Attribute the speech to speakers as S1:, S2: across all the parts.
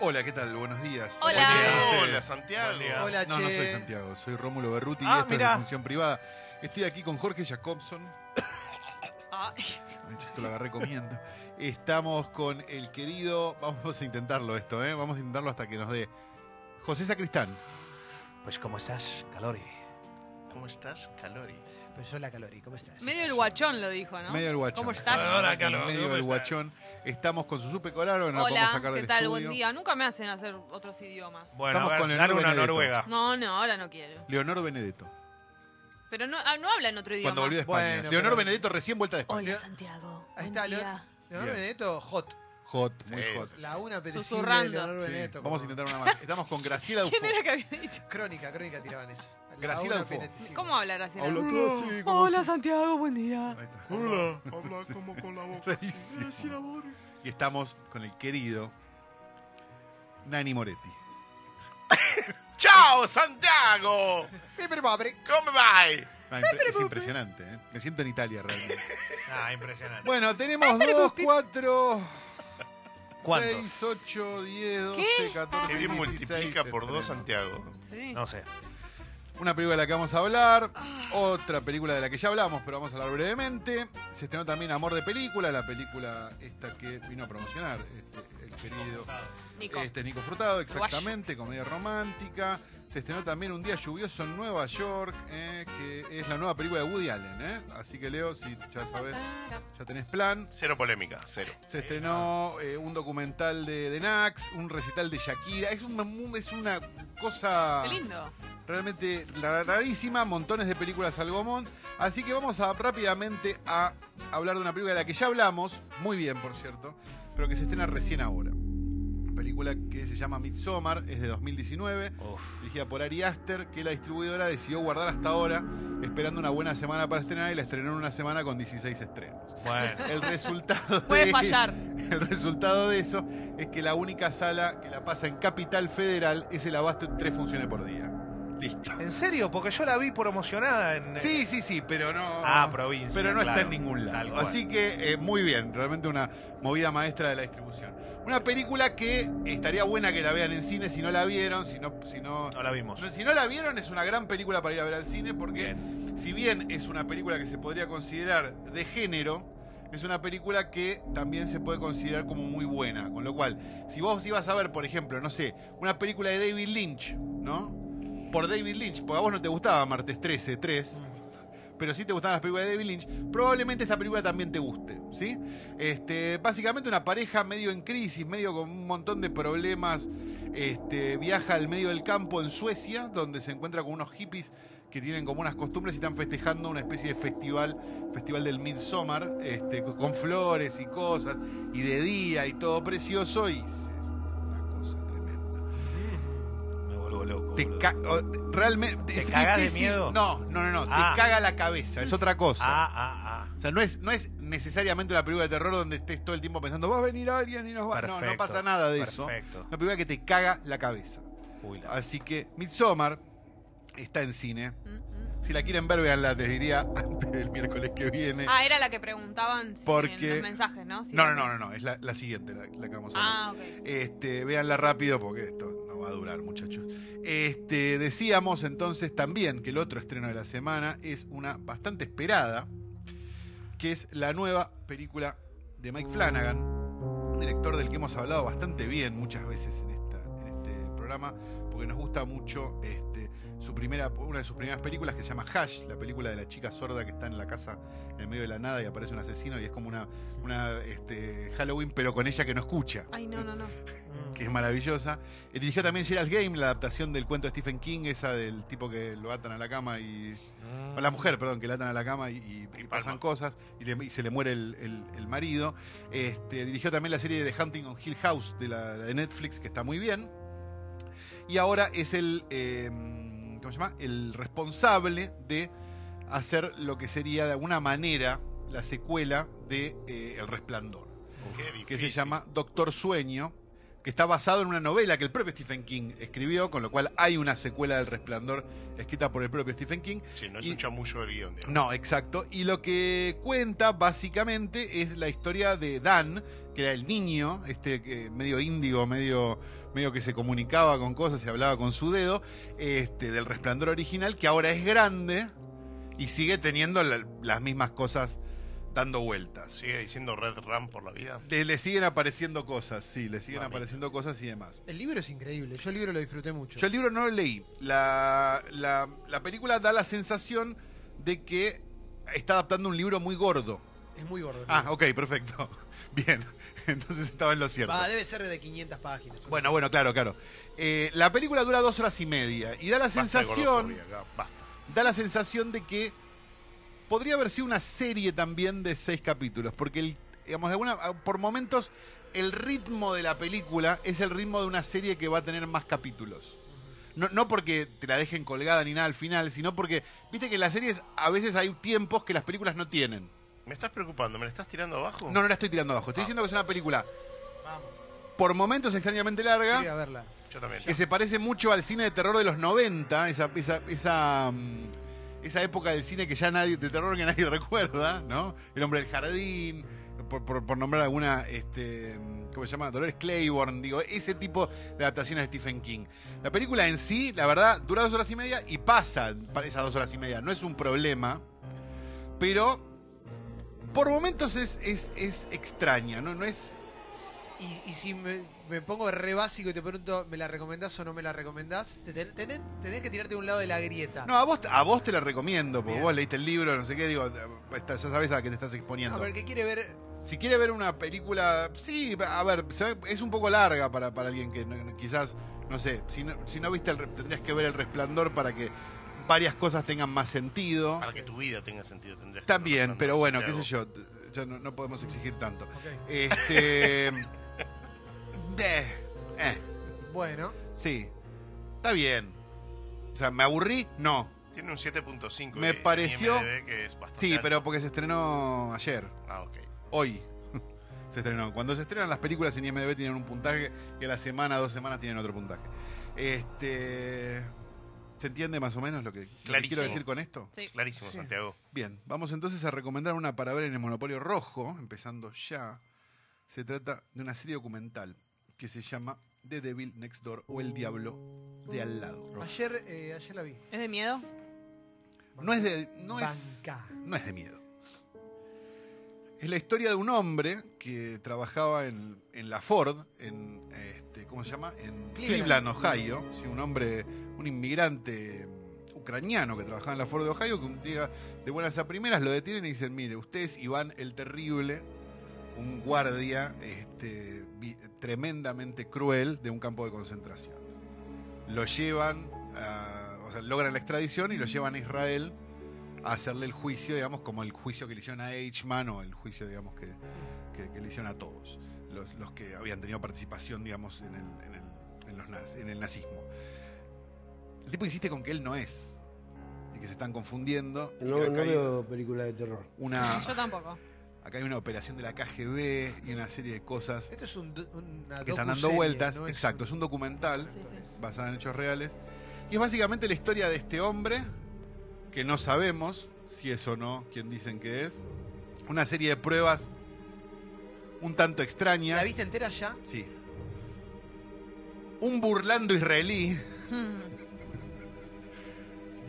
S1: Hola, ¿qué tal? Buenos días.
S2: Hola.
S1: Oye,
S3: Hola,
S1: este-
S3: Santiago.
S4: Buen día.
S2: Hola,
S1: No, no
S2: che.
S1: soy Santiago, soy Rómulo Berruti y
S4: Ah,
S1: esto es
S4: mirá.
S1: de función privada. Estoy aquí con Jorge Jacobson.
S2: Ay,
S1: Ay, Te lo agarré comiendo. Estamos con el querido. Vamos a intentarlo esto, ¿eh? Vamos a intentarlo hasta que nos dé. José Sacristán.
S4: Pues ¿cómo estás, Calori?
S3: ¿Cómo estás, Calori?
S5: Pues hola, Calori, ¿cómo estás?
S2: medio el guachón lo dijo, ¿no?
S1: Medio el guachón.
S2: ¿Cómo estás?
S3: Hola, Calori,
S1: Medio
S3: ¿cómo
S1: el
S3: estás?
S1: guachón. Estamos con Susupe Colaro, no lo podemos
S2: Hola,
S1: sacar
S2: ¿qué
S1: del
S2: tal?
S1: estudio.
S2: Buen día. Nunca me hacen hacer otros idiomas.
S4: Bueno,
S1: Estamos
S4: a ver,
S1: con el
S4: dale
S1: Nor
S4: una
S1: Benedetto.
S4: Noruega.
S2: No, no, ahora no quiero.
S1: Leonor Benedetto.
S2: Pero no, ah, no habla en otro idioma.
S1: Cuando volvió de España.
S5: Bueno,
S1: Leonor
S5: pero-
S1: Benedetto recién vuelta de España.
S2: Hola, Santiago.
S5: Ahí está,
S2: Buen
S5: Leo-
S2: día.
S5: Leonor
S1: Bien.
S5: Benedetto, hot.
S1: Hot, muy
S3: Sí,
S1: hot.
S3: sí, sí.
S5: La una perecible
S2: Susurrando.
S5: Leonor
S1: Sí,
S5: Benedetto.
S1: vamos a
S5: como-
S1: intentar una más. Estamos con Graciela Dufo.
S2: ¿Quién era que había dicho?
S5: Crónica, crónica tiraban eso. La
S1: Graciela
S5: una
S1: Dufo.
S5: perecible.
S2: ¿Cómo hablar así?
S1: Habla
S2: Hola,
S1: todo así, como así.
S2: Santiago, buen día.
S1: Ahí está.
S3: Hola. Habla como con la boca.
S1: Rarísimo. Y estamos con el querido Nani Moretti.
S3: ¡Chao, Santiago!
S5: Pepper Pobre.
S3: ¿Cómo va?
S1: Ah, impre- es impresionante, ¿eh? me siento en Italia realmente.
S4: Ah, impresionante.
S1: Bueno, tenemos 2, 4,
S4: ¿Cuántos?
S1: 6, 8, 10, 12,
S2: ¿Qué?
S1: 14.
S3: Qué bien
S1: 16,
S3: multiplica por
S1: tenemos.
S3: dos, Santiago.
S2: Sí.
S4: No sé.
S1: Una película de la que vamos a hablar, otra película de la que ya hablamos, pero vamos a hablar brevemente. Se estrenó también Amor de Película, la película esta que vino a promocionar este, el querido
S2: Nico.
S1: Este, Nico Frutado, exactamente, comedia romántica. Se estrenó también Un Día Lluvioso en Nueva York, eh, que es la nueva película de Woody Allen. eh. Así que, Leo, si ya sabes, ya tenés plan.
S3: Cero polémica, cero.
S1: Se estrenó eh, un documental de, de Nax, un recital de Shakira. Es una, mu- es una cosa
S2: Qué lindo.
S1: realmente ra- rarísima, montones de películas al gomón. Así que vamos a rápidamente a hablar de una película de la que ya hablamos, muy bien por cierto, pero que se estrena recién ahora. Película que se llama Midsommar, es de 2019,
S4: Uf.
S1: dirigida por Ari Aster, que la distribuidora decidió guardar hasta ahora, esperando una buena semana para estrenar y la estrenó en una semana con 16 estrenos.
S4: Bueno.
S1: El resultado
S2: Puede
S1: de-
S2: fallar.
S1: el resultado de eso es que la única sala que la pasa en Capital Federal es el abasto en tres funciones por día. Listo.
S4: ¿En serio? Porque yo la vi promocionada en... eh,
S1: Sí, sí, sí, pero no.
S4: Ah, provincia,
S1: Pero no
S4: claro.
S1: está en ningún
S4: Tal
S1: lado.
S4: cual.
S1: Así que eh, muy bien, realmente una movida maestra de la distribución. Una película que estaría buena que la vean en cine si no la vieron, si no, si no.
S4: No la vimos.
S1: Si no la vieron, es una gran película para ir a ver al cine porque
S4: Bien.
S1: si bien es una película que se podría considerar de género, es una película que también se puede considerar como muy buena. Con lo cual, si vos ibas a ver, por ejemplo, no sé, una película de David Lynch, ¿no? Por David Lynch, porque a vos no te gustaba Martes 13, 3, pero sí te gustaban las películas de David Lynch, probablemente esta película también te guste, ¿sí? Este, básicamente una pareja medio en crisis, medio con un montón de problemas, este, viaja al medio del campo en Suecia, donde se encuentra con unos hippies que tienen como unas costumbres y están festejando una especie de festival, festival del Midsommar, este, co- con flores y cosas, y de día y todo precioso, y es una cosa tremenda.
S4: Me vuelvo loco.
S1: Te
S4: boludo.
S1: ca- o- realmente
S4: ¿Te
S1: es
S4: caga de
S1: difícil-
S4: miedo?
S1: No, no, no, no,
S4: Ah.
S1: te caga la cabeza, es otra cosa.
S4: Ah, ah, ah.
S1: O sea, no es, no es necesariamente una película de terror donde estés todo el tiempo pensando, va a venir alguien y nos va. no, no
S4: Perfecto,
S1: pasa nada de eso.
S4: Perfecto.
S1: Una película que te caga la cabeza.
S4: Uy, la-
S1: Así que Midsommar está en cine.
S2: Mm, mm.
S1: Si la quieren ver, veanla, te diría antes del miércoles que viene.
S2: Ah, era la que preguntaban si-
S1: Porque-
S2: en los mensajes, ¿no? Si
S1: no,
S2: era-
S1: no, no, no, no, es la, la siguiente, la, la que vamos a ver.
S2: Ah, ok.
S1: Este, véanla rápido porque esto no va a durar, muchachos. Este, decíamos entonces también que el otro estreno de la semana es una bastante esperada, que es la nueva película de Mike Flanagan, director del que hemos hablado bastante bien muchas veces en, esta, en este programa, porque nos gusta mucho este, su primera, una de sus primeras películas que se llama Hash, la película de la chica sorda que está en la casa en el medio de la nada y aparece un asesino y es como una, una este, Halloween, pero con ella que no escucha
S2: Ay, no, no, no.
S1: que es maravillosa. Eh, dirigió también Gerald Game, la adaptación del cuento de Stephen King, esa del tipo que lo atan a la cama y.
S4: Mm.
S1: o la mujer, perdón, que la atan a la cama y, y- y pasan
S3: palma.
S1: cosas y, le- y se le muere el, el- el marido. Este, dirigió también la serie de The Hunting on Hill House de, la, de Netflix, que está muy bien. Y ahora es el. eh, ¿Cómo se llama? El responsable de hacer lo que sería de alguna manera la secuela de eh, El Resplandor
S3: Qué
S1: que se
S3: difícil.
S1: llama Doctor Sueño, que está basado en una novela que el propio Stephen King escribió, con lo cual hay una secuela del Resplandor escrita por el propio Stephen King.
S3: Sí, no es
S1: y-
S3: un chamullo de guión. digamos.
S1: No, exacto. Y lo que cuenta básicamente es la historia de Dan, que era el niño, este que medio índigo, medio medio que se comunicaba con cosas y hablaba con su dedo, este, del resplandor original, que ahora es grande y sigue teniendo la- las mismas cosas dando vueltas.
S3: Sigue diciendo Red Ram por la vida.
S1: Le, le siguen apareciendo cosas, sí, le siguen
S3: Mamita.
S1: apareciendo cosas y demás.
S5: El libro es increíble. Yo el libro lo disfruté mucho.
S1: Yo el libro no lo leí. La, la- la película da la sensación de que está adaptando un libro muy gordo.
S5: Es muy gordo. el
S1: Ah,
S5: libro.
S1: ok, perfecto. Bien, entonces estaba en lo cierto.
S5: Va, debe ser de 500 páginas.
S1: Bueno, bueno, claro, claro. Eh, la película dura dos horas y media y da la
S3: Basta de
S1: sensación,
S3: gordofobia acá, Basta.
S1: da la sensación de que podría haber sido una serie también de seis capítulos, porque el, digamos, de alguna, por momentos el ritmo de la película es el ritmo de una serie que va a tener más capítulos. No, no porque te la dejen colgada ni nada al final, sino porque, viste que en las series a veces hay tiempos que las películas no tienen.
S3: ¿Me estás preocupando? ¿Me la estás tirando abajo?
S1: No, no la estoy tirando abajo, estoy
S3: Ah.
S1: diciendo que es una película
S5: Vamos.
S1: por momentos extrañamente larga.
S5: Quería verla.
S3: Yo también.
S1: que se parece mucho al cine de terror de los 90, esa, esa, esa, mm, esa época del cine que ya nadie, de terror que nadie recuerda, ¿no? El hombre del jardín, por, por- por nombrar alguna, este, mm, ¿cómo se llama? Dolores Claiborne, digo, ese tipo de adaptaciones de Stephen King. La película en sí, la verdad, dura dos horas y media y pasa para esas dos horas y media, no es un problema, pero por momentos es, es, es extraña, ¿no? No es...
S5: Y, y si me, me pongo re básico y te pregunto, ¿me la recomendás o no me la recomendás? Te- te- tenés, tenés que tirarte de un lado de la grieta.
S1: No, a vos, a vos te la recomiendo, porque
S5: Bien.
S1: vos leíste el libro, no sé qué, digo, esta- ya sabes a qué te estás
S5: No,
S1: exponiendo.
S5: pero el que quiere ver.
S1: Si quiere ver una película, sí, a ver, se ve- es un poco larga para, para alguien que no- no- quizás, no sé, si no, si no viste, el re- tendrías que ver el resplandor para que varias cosas tengan más sentido.
S3: Para que tu vida tenga sentido tendrías que
S1: También,
S3: estar
S1: pero bueno, qué sé
S3: pensando,
S1: yo, t- ya no, no podemos exigir tanto. Este... de, eh,
S5: Bueno,
S1: sí, está bien. O sea, ¿me aburrí? No.
S3: Thiago. Tiene un 7.5.
S1: Me
S3: de
S1: pareció-
S3: IMDb, que es bastante
S1: Sí,
S3: alto.
S1: pero porque se estrenó ayer.
S3: Ah, ok.
S1: hoy se estrenó. Cuando se estrenan las películas en IMDb tienen un puntaje y a la semana, dos semanas tienen otro puntaje. Este, ¿Se entiende más o menos lo que, lo que
S3: Clarísimo.
S1: quiero decir con esto?
S2: Sí.
S3: Clarísimo,
S5: Sí.
S3: Santiago.
S1: Bien, vamos entonces a recomendar una para ver en el Monopolio Rojo, empezando ya. Se trata de una serie documental que se llama The Devil Next Door o El Diablo de al lado.
S5: ayer, eh, ayer la vi.
S2: ¿Es de miedo?
S1: No es de, no es,
S5: Banca.
S1: no es de miedo. Es la historia de un hombre que trabajaba en, en la Ford, en este, ¿cómo se llama? En Cleveland,
S5: Cleveland.
S1: Ohio. Sí, un hombre, un inmigrante mm, ucraniano que trabajaba en la Ford de Ohio, que un día de buenas a primeras lo detienen y dicen, mire, usted es Iván el Terrible, un guardia este, vi- tremendamente cruel de un campo de concentración. Lo llevan, a- o sea, logran la extradición y lo llevan a Israel a hacerle el juicio, digamos, como el juicio que le hicieron a Eichmann o el juicio, digamos, que, que- que le hicieron a todos, los, los que habían tenido participación, digamos, en el, en el- en los naz- en el nazismo. El tipo insiste con que él no es y que se están confundiendo. y
S6: No,
S1: que acá
S6: no
S1: hay
S6: veo películas de terror.
S1: una,
S2: Yo tampoco.
S1: acá hay una operación de la KGB y una serie de cosas
S5: Esto es un, do- una
S1: que están dando
S5: docuserie,
S1: vueltas.
S5: no es
S1: Exacto,
S5: un-
S1: es un documental
S2: Sí, sí.
S1: basada en hechos reales. Y es básicamente la historia de este hombre, que no sabemos si es o no quien dicen que es. Una serie de pruebas un tanto extrañas.
S5: ¿La viste entera ya?
S1: Sí. Un burlando israelí
S2: Hmm.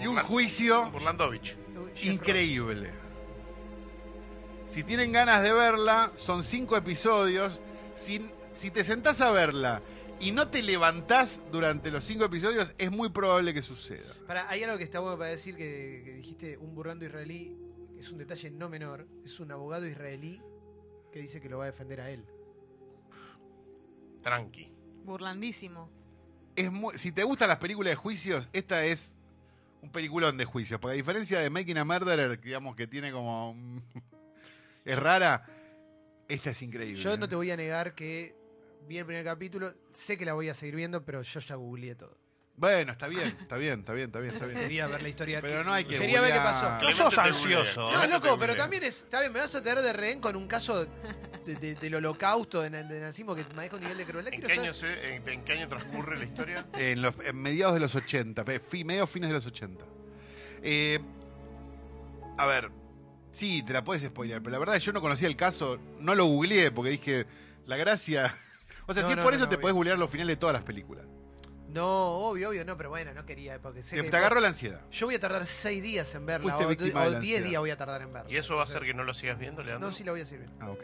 S1: y un juicio
S3: Burlandovich.
S1: increíble. Si tienen ganas de verla, son cinco episodios. Si, si te sentás a verla y no te levantás durante los cinco episodios, es muy probable que suceda.
S5: Para, hay algo que está bueno para decir que, que dijiste un burlando israelí. Es un detalle no menor. Es un abogado israelí que dice que lo va a defender a él.
S3: Tranqui.
S2: Burlandísimo.
S1: es mu- si te gustan las películas de juicios, esta es un peliculón de juicios. Porque a diferencia de Making a Murderer, digamos que tiene como. un- es rara, esta es increíble.
S5: Yo no te voy a negar que vi el primer capítulo. Sé que la voy a seguir viendo, pero yo ya googleé todo.
S1: Bueno, está bien, está bien, está bien, está bien. Está bien.
S5: Quería ver la historia.
S1: Pero no hay que
S5: Quería ver qué
S1: googlear.
S5: pasó.
S4: No
S3: Clemente
S4: sos
S3: te
S4: ansioso.
S3: googlea.
S5: No,
S3: Clemente te
S5: loco, pero
S3: googlea.
S5: también es. Está bien, me vas a tener de rehén con un caso de- de- del holocausto, de, na- de nazismo que maneja un nivel de crueldad.
S3: ¿En
S5: Quiero
S3: qué,
S5: saber-
S3: año se- en- en qué año transcurre la historia?
S1: En, los, en mediados de los 80, fe- fi- mediados fines de los 80. Eh, a ver, sí, te la puedes spoiler, pero la verdad yo no conocía el caso, no lo googleé porque dije, la gracia, O sea,
S5: No,
S1: si es
S5: no,
S1: por
S5: no,
S1: eso
S5: no,
S1: te
S5: obvio.
S1: podés googlear los finales de todas las películas.
S5: No, obvio, obvio, no, pero bueno, no quería. Porque sé
S1: Te,
S5: que-
S1: te agarró la ansiedad.
S5: Yo voy a tardar seis días en verla,
S1: Fuiste
S5: o,
S1: víctima de la
S5: 10 diez
S1: ansiedad.
S5: días voy a tardar en verla.
S3: ¿Y eso va a
S5: Entonces,
S3: hacer que no lo sigas viendo, Leandro?
S5: No, sí la voy a seguir viendo.
S1: Ah, ok.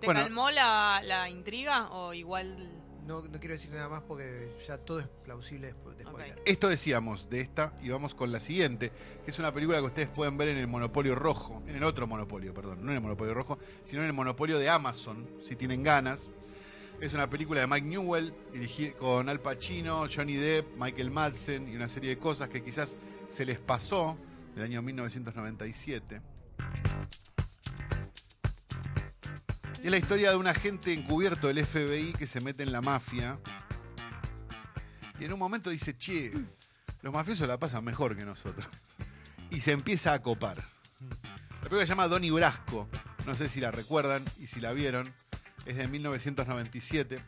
S2: ¿Te
S1: Bueno.
S2: calmó la, la intriga o igual
S5: No, no quiero decir nada más porque ya todo es plausible despu- de spoiler.
S1: Esto decíamos de esta y vamos con la siguiente, que es una película que ustedes pueden ver en el Monopolio Rojo, en el otro Monopolio, perdón, no en el Monopolio Rojo, sino en el Monopolio de Amazon, si tienen ganas. Es una película de Mike Newell, dirigida con Al Pacino, Johnny Depp, Michael Madsen y una serie de cosas que quizás se les pasó del año 1997. Y es la historia de un agente encubierto del FBI que se mete en la mafia. Y en un momento dice, che, los mafiosos la pasan mejor que nosotros. Y se empieza a copar. La película se llama Donnie Brasco. No sé si la recuerdan y si la vieron. Es de 1997.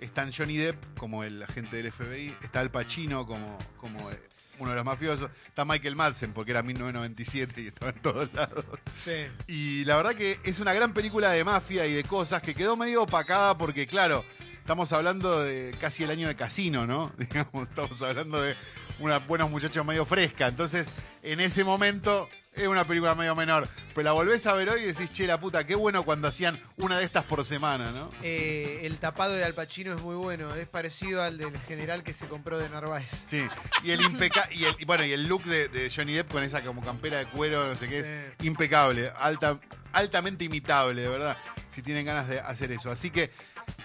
S1: Están Johnny Depp como el agente del FBI. Está Al Pacino como, como eh, uno de los mafiosos. Está Michael Madsen porque era 1997 y estaba en todos lados.
S5: Sí.
S1: Y la verdad que es una gran película de mafia y de cosas que quedó medio opacada porque, claro, estamos hablando de casi el año de casino, ¿no? Digamos, estamos hablando de unos buenos muchachos medio fresca. Entonces, en ese momento es una película medio menor. Pero la volvés a ver hoy y decís, che, la puta, qué bueno cuando hacían una de estas por semana, ¿no?
S5: Eh, el tapado de Al Pacino es muy bueno, es parecido al del general que se compró de Narváez.
S1: Sí, y el impeca y el, y bueno, y el look de, de Johnny Depp con esa como campera de cuero, no sé qué, es
S5: Sí.
S1: impecable, alta, altamente imitable, de verdad, si tienen ganas de hacer eso. Así que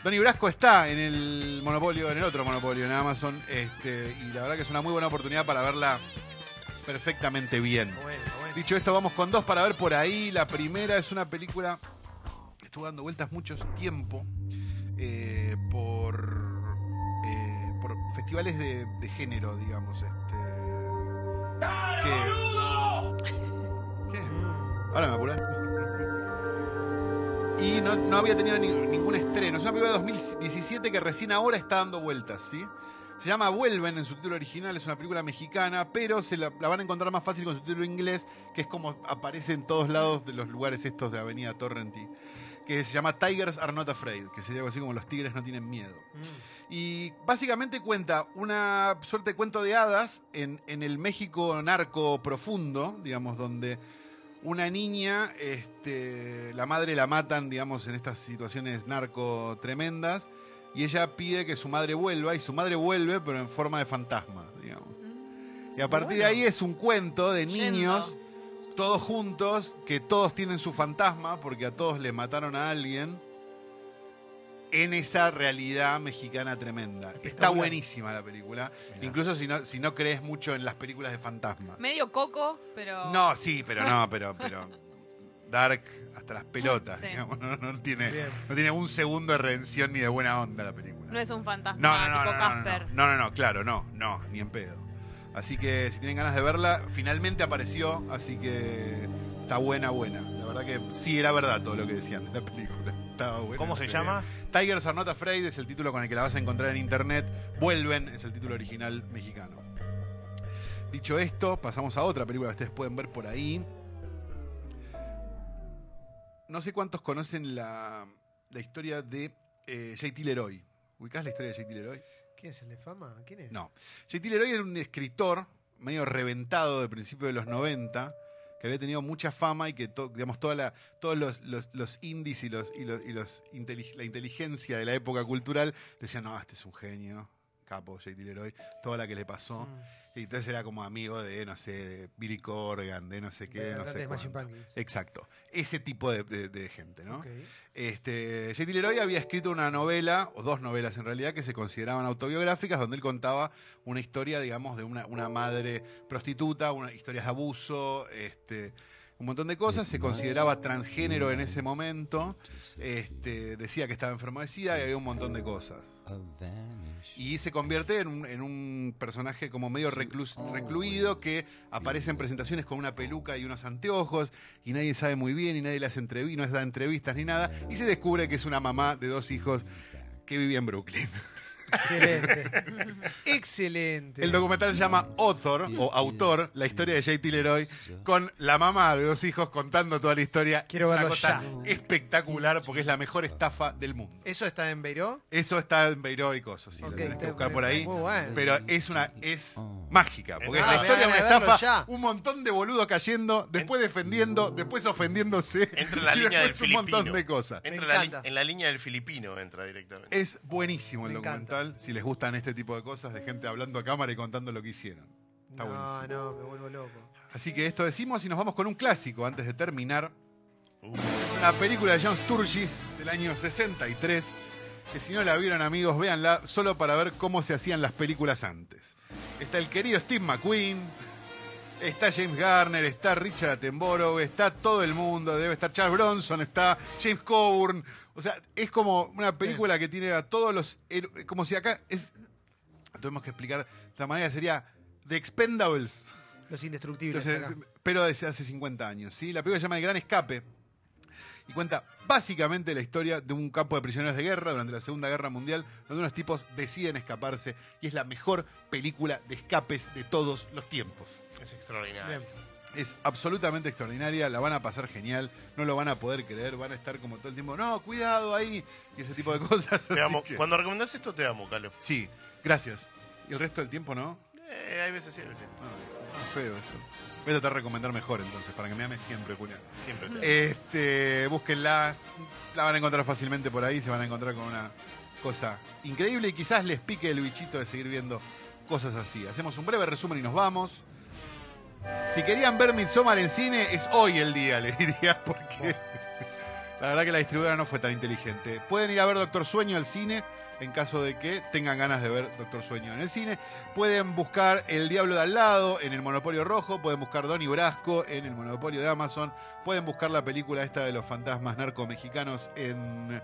S1: Donny Brasco está en el monopolio, en el otro monopolio, en Amazon, este, y la verdad que es una muy buena oportunidad para verla perfectamente bien.
S5: Bueno, bueno.
S1: Dicho esto, vamos con dos para ver por ahí. La primera es una película que estuvo dando vueltas mucho tiempo eh, por, eh, por festivales de, de género, digamos. Este, que- ¿Qué? Ahora me apurás. Y no, no había tenido ni- ningún estreno. Es una película de 2017 que recién ahora está dando vueltas, ¿sí? Se llama Vuelven en su título original, es una película mexicana, pero se la, la van a encontrar más fácil con su título inglés, que es como aparece en todos lados de los lugares estos de Avenida Torrenti, que se llama Tigers Are Not Afraid, que sería algo así como los tigres no tienen miedo. Y básicamente cuenta una suerte de cuento de hadas en, en el México narco profundo, digamos, donde una niña, este, la madre la matan, digamos, en estas situaciones narco tremendas, y ella pide que su madre vuelva, y su madre vuelve, pero en forma de fantasma, digamos.
S2: Mm,
S1: Y a partir de
S5: Bueno.
S1: ahí es un cuento de
S2: Yendo.
S1: niños, todos juntos, que todos tienen su fantasma, porque a todos les mataron a alguien, en esa realidad mexicana tremenda. Está
S5: Espectacular.
S1: buenísima la película,
S4: Mirá.
S1: incluso si no, si no crees mucho en las películas de fantasmas.
S2: medio coco, pero
S1: No, sí, pero no, pero, pero Dark hasta las pelotas,
S2: Sí.
S1: digamos, no, no tiene,
S5: Bien.
S1: no tiene un segundo de redención ni de buena onda la película.
S2: no es un fantasma
S1: No, no, no,
S2: tipo
S1: no, no, no,
S2: Casper.
S1: no, no, no, claro, no, no, ni en pedo. Así que si tienen ganas de verla, finalmente apareció, así que está buena, buena. La verdad que sí, era verdad todo lo que decían de la película. Estaba buena,
S4: ¿Cómo se
S1: sí.
S4: llama?
S1: Tigers Are Not Afraid es el título con el que la vas a encontrar en internet. Vuelven es el título original mexicano. Dicho esto, pasamos a otra película que ustedes pueden ver por ahí. No sé cuántos conocen la, la historia de eh, J.T. Leroy. ¿Ubicás la historia de J.T. Leroy?
S5: ¿Quién es el de fama? ¿Quién es?
S1: No. J.T. Leroy era un escritor medio reventado de principios de los 90 que había tenido mucha fama y que to- digamos toda la- todos los, los, los indies y los y los, y los inteli- la inteligencia de la época cultural decían no este es un genio capo J.T. Leroy toda la que le pasó
S5: Mm.
S1: y entonces era como amigo de no sé de Billy Corgan de no sé qué
S5: De-
S1: no
S5: de
S1: sé
S5: Smashing
S1: cuánto.
S5: Pumpkins.
S1: exacto ese tipo de, de- de gente no
S5: Ok.
S1: este, J.T. Leroy había escrito una novela, o dos novelas en realidad, que se consideraban autobiográficas, donde él contaba una historia, digamos, de una, una madre prostituta, una, historias de abuso, este, un montón de cosas. Se consideraba transgénero en ese momento, este, decía que estaba enfermo de SIDA y había un montón de cosas. Y se convierte en un, en un personaje como medio reclus-
S5: Oh,
S1: recluido que aparece en presentaciones con una peluca y unos anteojos y nadie sabe muy bien y nadie las entrevi no les da entrevistas ni nada. Y se descubre que es una mamá de dos hijos que vivía en Brooklyn.
S5: Excelente. Excelente.
S1: El documental se llama Author o Autor, la historia de JT Leroy, con la mamá de dos hijos contando toda la historia.
S5: Quiero
S1: es una
S5: verlo
S1: cosa espectacular porque es la mejor estafa del mundo.
S5: ¿Eso está en Beiró?
S1: Eso está en Beiró y Coso, sí,
S5: Ok,
S1: lo tenés que
S5: está-
S1: buscar por ahí.
S5: muy bueno.
S1: Pero es una es mágica, porque es
S3: Ah,
S1: la historia de una
S5: voy a verlo
S1: estafa,
S5: ya.
S1: un montón de boludos cayendo, después defendiendo, después ofendiéndose
S3: Entra en la
S1: y
S3: línea del
S1: después un montón
S3: filipino.
S1: de cosas.
S3: Entra en
S5: Me
S3: la li-
S5: encanta.
S3: en la línea del filipino, entra directamente.
S1: Es buenísimo el
S5: Me encanta.
S1: documental, si les gustan este tipo de cosas, de gente hablando a cámara y contando lo que hicieron. Está
S5: no,
S1: buenísimo.
S5: no, me vuelvo loco.
S1: Así que esto decimos y nos vamos con un clásico antes de terminar.
S3: Uh.
S1: Una película de John Sturgis del año 63, que si no la vieron amigos, véanla solo para ver cómo se hacían las películas antes. Está el querido Steve McQueen, está James Garner, está Richard Attenborough, está todo el mundo, debe estar Charles Bronson, está James Coburn. O sea, es como una película que tiene a todos los... hero- es Como si acá es... Tenemos que explicar de otra manera, sería The Expendables.
S5: Los indestructibles.
S1: Entonces,
S5: acá.
S1: pero desde hace 50 años. ¿sí? La película se llama El Gran Escape y cuenta básicamente la historia de un campo de prisioneros de guerra durante la Segunda Guerra Mundial, donde unos tipos deciden escaparse y es la mejor película de escapes de todos los tiempos.
S3: Es extraordinario.
S5: Bien.
S1: Es absolutamente extraordinaria, la van a pasar genial, no lo van a poder creer, van a estar como todo el tiempo, no, cuidado ahí, y ese tipo de cosas.
S3: Te
S1: así
S3: amo.
S1: que-
S3: Cuando recomendás esto, te amo, Calo.
S1: Sí, gracias. ¿Y el resto del tiempo no?
S3: Eh, hay veces sí, hay veces no.
S1: No, es feo eso. Voy a tratar de recomendar mejor entonces, para que me ame siempre, Julián.
S3: Siempre te amo.
S1: Este, búsquenla, la van a encontrar fácilmente por ahí, se van a encontrar con una cosa increíble y quizás les pique el bichito de seguir viendo cosas así. Hacemos un breve resumen y nos vamos. Si querían ver Midsommar en cine, es hoy el día, les diría, porque la verdad que la distribuidora no fue tan inteligente. Pueden ir a ver Doctor Sueño al cine, en caso de que tengan ganas de ver Doctor Sueño en el cine. Pueden buscar El Diablo de al lado en el Monopolio Rojo, pueden buscar Donnie Brasco en el Monopolio de Amazon, pueden buscar la película esta de los fantasmas narcomexicanos en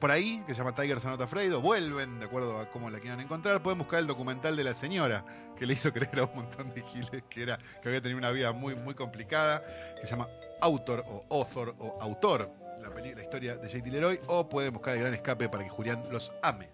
S1: por ahí, que se llama Tigers Are Not Afraid, o vuelven, de acuerdo a cómo la quieran encontrar, pueden buscar el documental de la señora, que le hizo creer a un montón de giles que, era, que había tenido una vida muy, muy complicada, que se llama Autor o Author o Autor, la, peli- la historia de J.T. Leroy, o pueden buscar el gran escape para que Julián los ame.